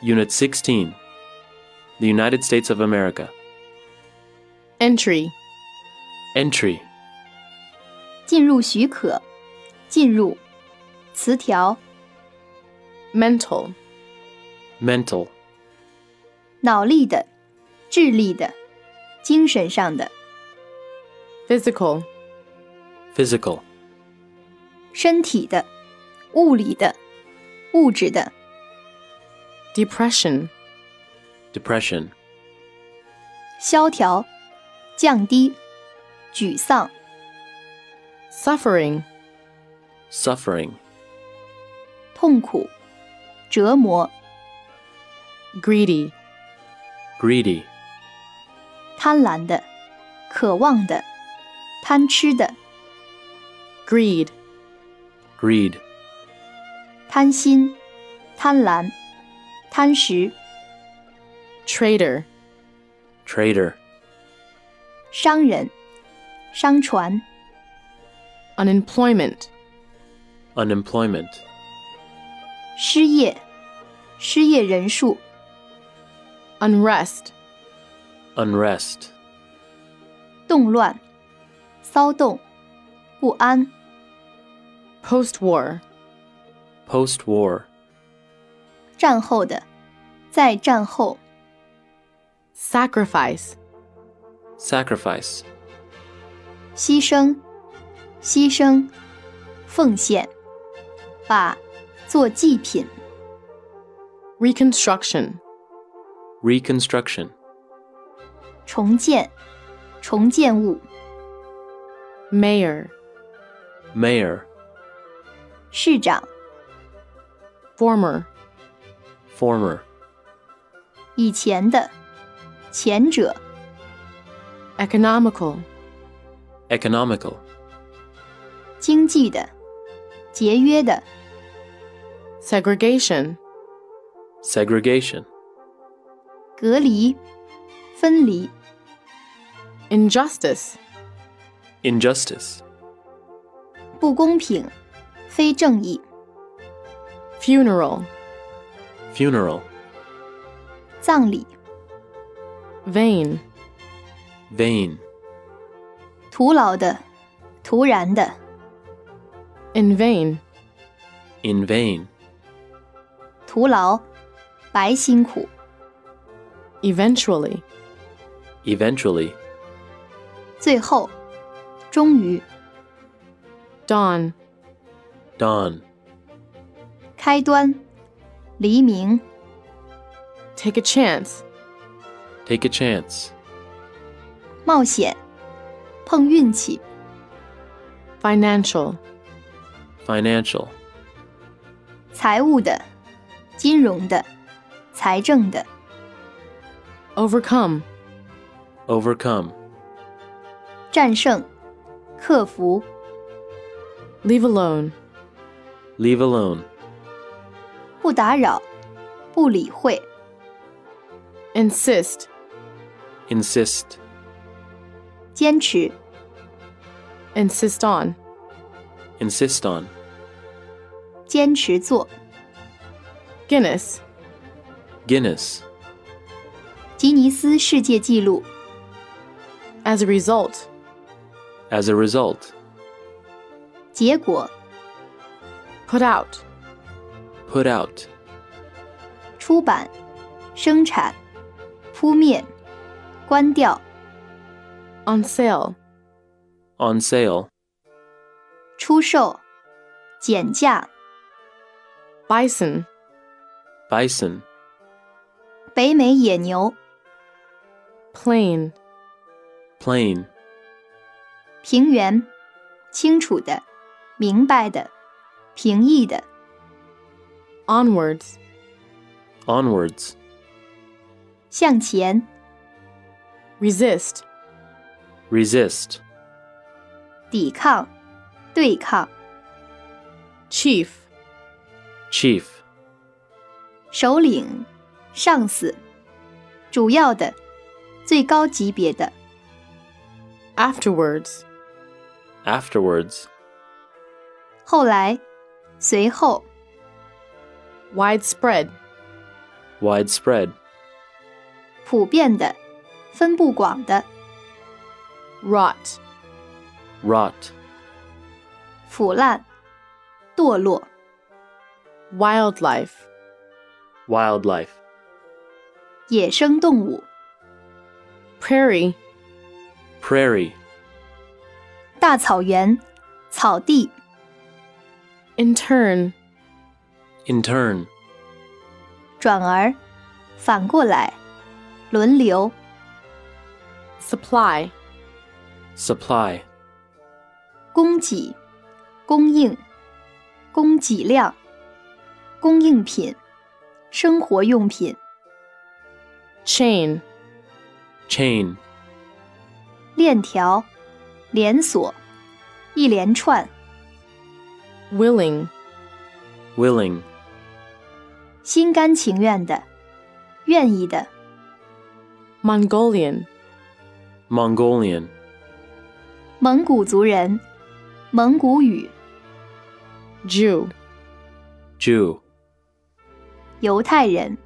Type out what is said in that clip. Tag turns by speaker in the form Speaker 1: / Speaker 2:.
Speaker 1: Unit 16 The United States of America.
Speaker 2: Entry.
Speaker 1: Entry
Speaker 3: 进入许可，进入，词条
Speaker 2: Mental.
Speaker 1: Mental.
Speaker 3: 脑力的、智力的、精神上的、
Speaker 2: Physical.
Speaker 1: Physical.
Speaker 3: 身体的、物理的、物质的、
Speaker 2: Depression.
Speaker 1: Depression.
Speaker 3: 萧条、降低、沮丧、
Speaker 2: Suffering.
Speaker 1: Suffering.
Speaker 3: 痛苦、折磨、
Speaker 2: Greedy.
Speaker 1: Greedy.
Speaker 3: 贪婪的、渴望的、贪吃的、
Speaker 2: Greed.
Speaker 1: Greed.
Speaker 3: 贪心、贪婪、贪食、
Speaker 2: Trader.
Speaker 1: Trader.
Speaker 3: 商人、商船、
Speaker 2: Unemployment.
Speaker 1: Unemployment.
Speaker 3: 失业、失业人数、
Speaker 2: Unrest.
Speaker 1: Unrest.
Speaker 3: 动乱、骚动、不安、
Speaker 2: Post war.
Speaker 1: Post war.
Speaker 3: 战后的、在战后、
Speaker 2: Sacrifice.
Speaker 1: Sacrifice.
Speaker 3: 牺牲、牺牲、奉献，把做祭品、
Speaker 2: Reconstruction.
Speaker 1: Reconstruction.
Speaker 3: 重建、重建物、
Speaker 2: Mayor.
Speaker 1: Mayor.
Speaker 3: 市长、
Speaker 2: Former.
Speaker 1: Former.
Speaker 3: 以前的、前者、
Speaker 2: Economical.
Speaker 1: Economical.
Speaker 3: 经济的、节约的、
Speaker 2: Segregation.
Speaker 1: Segregation.
Speaker 3: 隔离、分离、
Speaker 2: Injustice.
Speaker 1: Injustice.
Speaker 3: 不公平、非正义、
Speaker 2: Funeral.
Speaker 1: Funeral.
Speaker 3: 葬礼、
Speaker 2: Vain.
Speaker 1: Vain.
Speaker 3: 徒劳的、突然的、
Speaker 2: In vain.
Speaker 1: In vain.
Speaker 3: 徒劳、白辛苦、
Speaker 2: Eventually.
Speaker 1: Eventually.
Speaker 3: 最后、终于、
Speaker 2: Dawn.
Speaker 1: Dawn.
Speaker 3: 开端、黎明。
Speaker 2: Take a chance.
Speaker 1: Take a chance.
Speaker 3: 冒险、碰运气、
Speaker 2: Financial.
Speaker 1: Financial.
Speaker 3: 财务的、金融的、财政的、
Speaker 2: Overcome.
Speaker 1: Overcome.
Speaker 3: 战胜、克服、
Speaker 2: Leave alone.
Speaker 1: Leave alone.
Speaker 3: 不打扰、不理会、
Speaker 2: Insist.
Speaker 1: Insist.
Speaker 3: 坚持、
Speaker 2: Insist on.
Speaker 1: Insist on.
Speaker 3: 坚持做、
Speaker 2: Guinness.
Speaker 1: Guinness.
Speaker 3: 吉尼斯世界纪录、
Speaker 2: As a result.
Speaker 1: As a result.
Speaker 3: 结果、
Speaker 2: Put out.
Speaker 1: Put out.
Speaker 3: 出版、生产、扑灭、关掉、
Speaker 2: On sale.
Speaker 1: On sale.
Speaker 3: 出售、减价、
Speaker 2: Bison.
Speaker 1: Bison.
Speaker 3: 北美野牛、
Speaker 2: Plain.
Speaker 1: Plain.
Speaker 3: 平原、清楚的、明白的、平易的、
Speaker 2: Onwards.
Speaker 1: Onwards.
Speaker 3: 向前、
Speaker 2: Resist.
Speaker 1: Resist.
Speaker 3: 抵抗、对抗。
Speaker 2: Chief.
Speaker 1: Chief.
Speaker 3: 首领、上司、主要的、最高级别的、
Speaker 2: Afterwards.
Speaker 1: Afterwards.
Speaker 3: 后来、随后、
Speaker 2: Widespread.
Speaker 1: widespread,
Speaker 3: 普遍的、分布广的、
Speaker 2: rot,
Speaker 1: rot,
Speaker 3: 腐烂、堕落、
Speaker 2: wildlife,
Speaker 1: wildlife,
Speaker 3: 野生动物、
Speaker 2: prairie,
Speaker 1: prairie,
Speaker 3: 大草原、草地、
Speaker 2: in turn,
Speaker 1: in turn,
Speaker 3: 转而、反过来、轮流、
Speaker 2: supply,
Speaker 1: supply,
Speaker 3: 供给、供应、供给量、供应品、生活用品、
Speaker 2: chain,
Speaker 1: chain,
Speaker 3: 链条、连锁、一连串、
Speaker 2: willing,
Speaker 1: willing,
Speaker 3: 心甘情愿的、愿意的、
Speaker 2: Mongolian,
Speaker 1: Mongolian,
Speaker 3: 蒙古族人、蒙古语、
Speaker 2: Jew,
Speaker 1: Jew,
Speaker 3: 犹太人、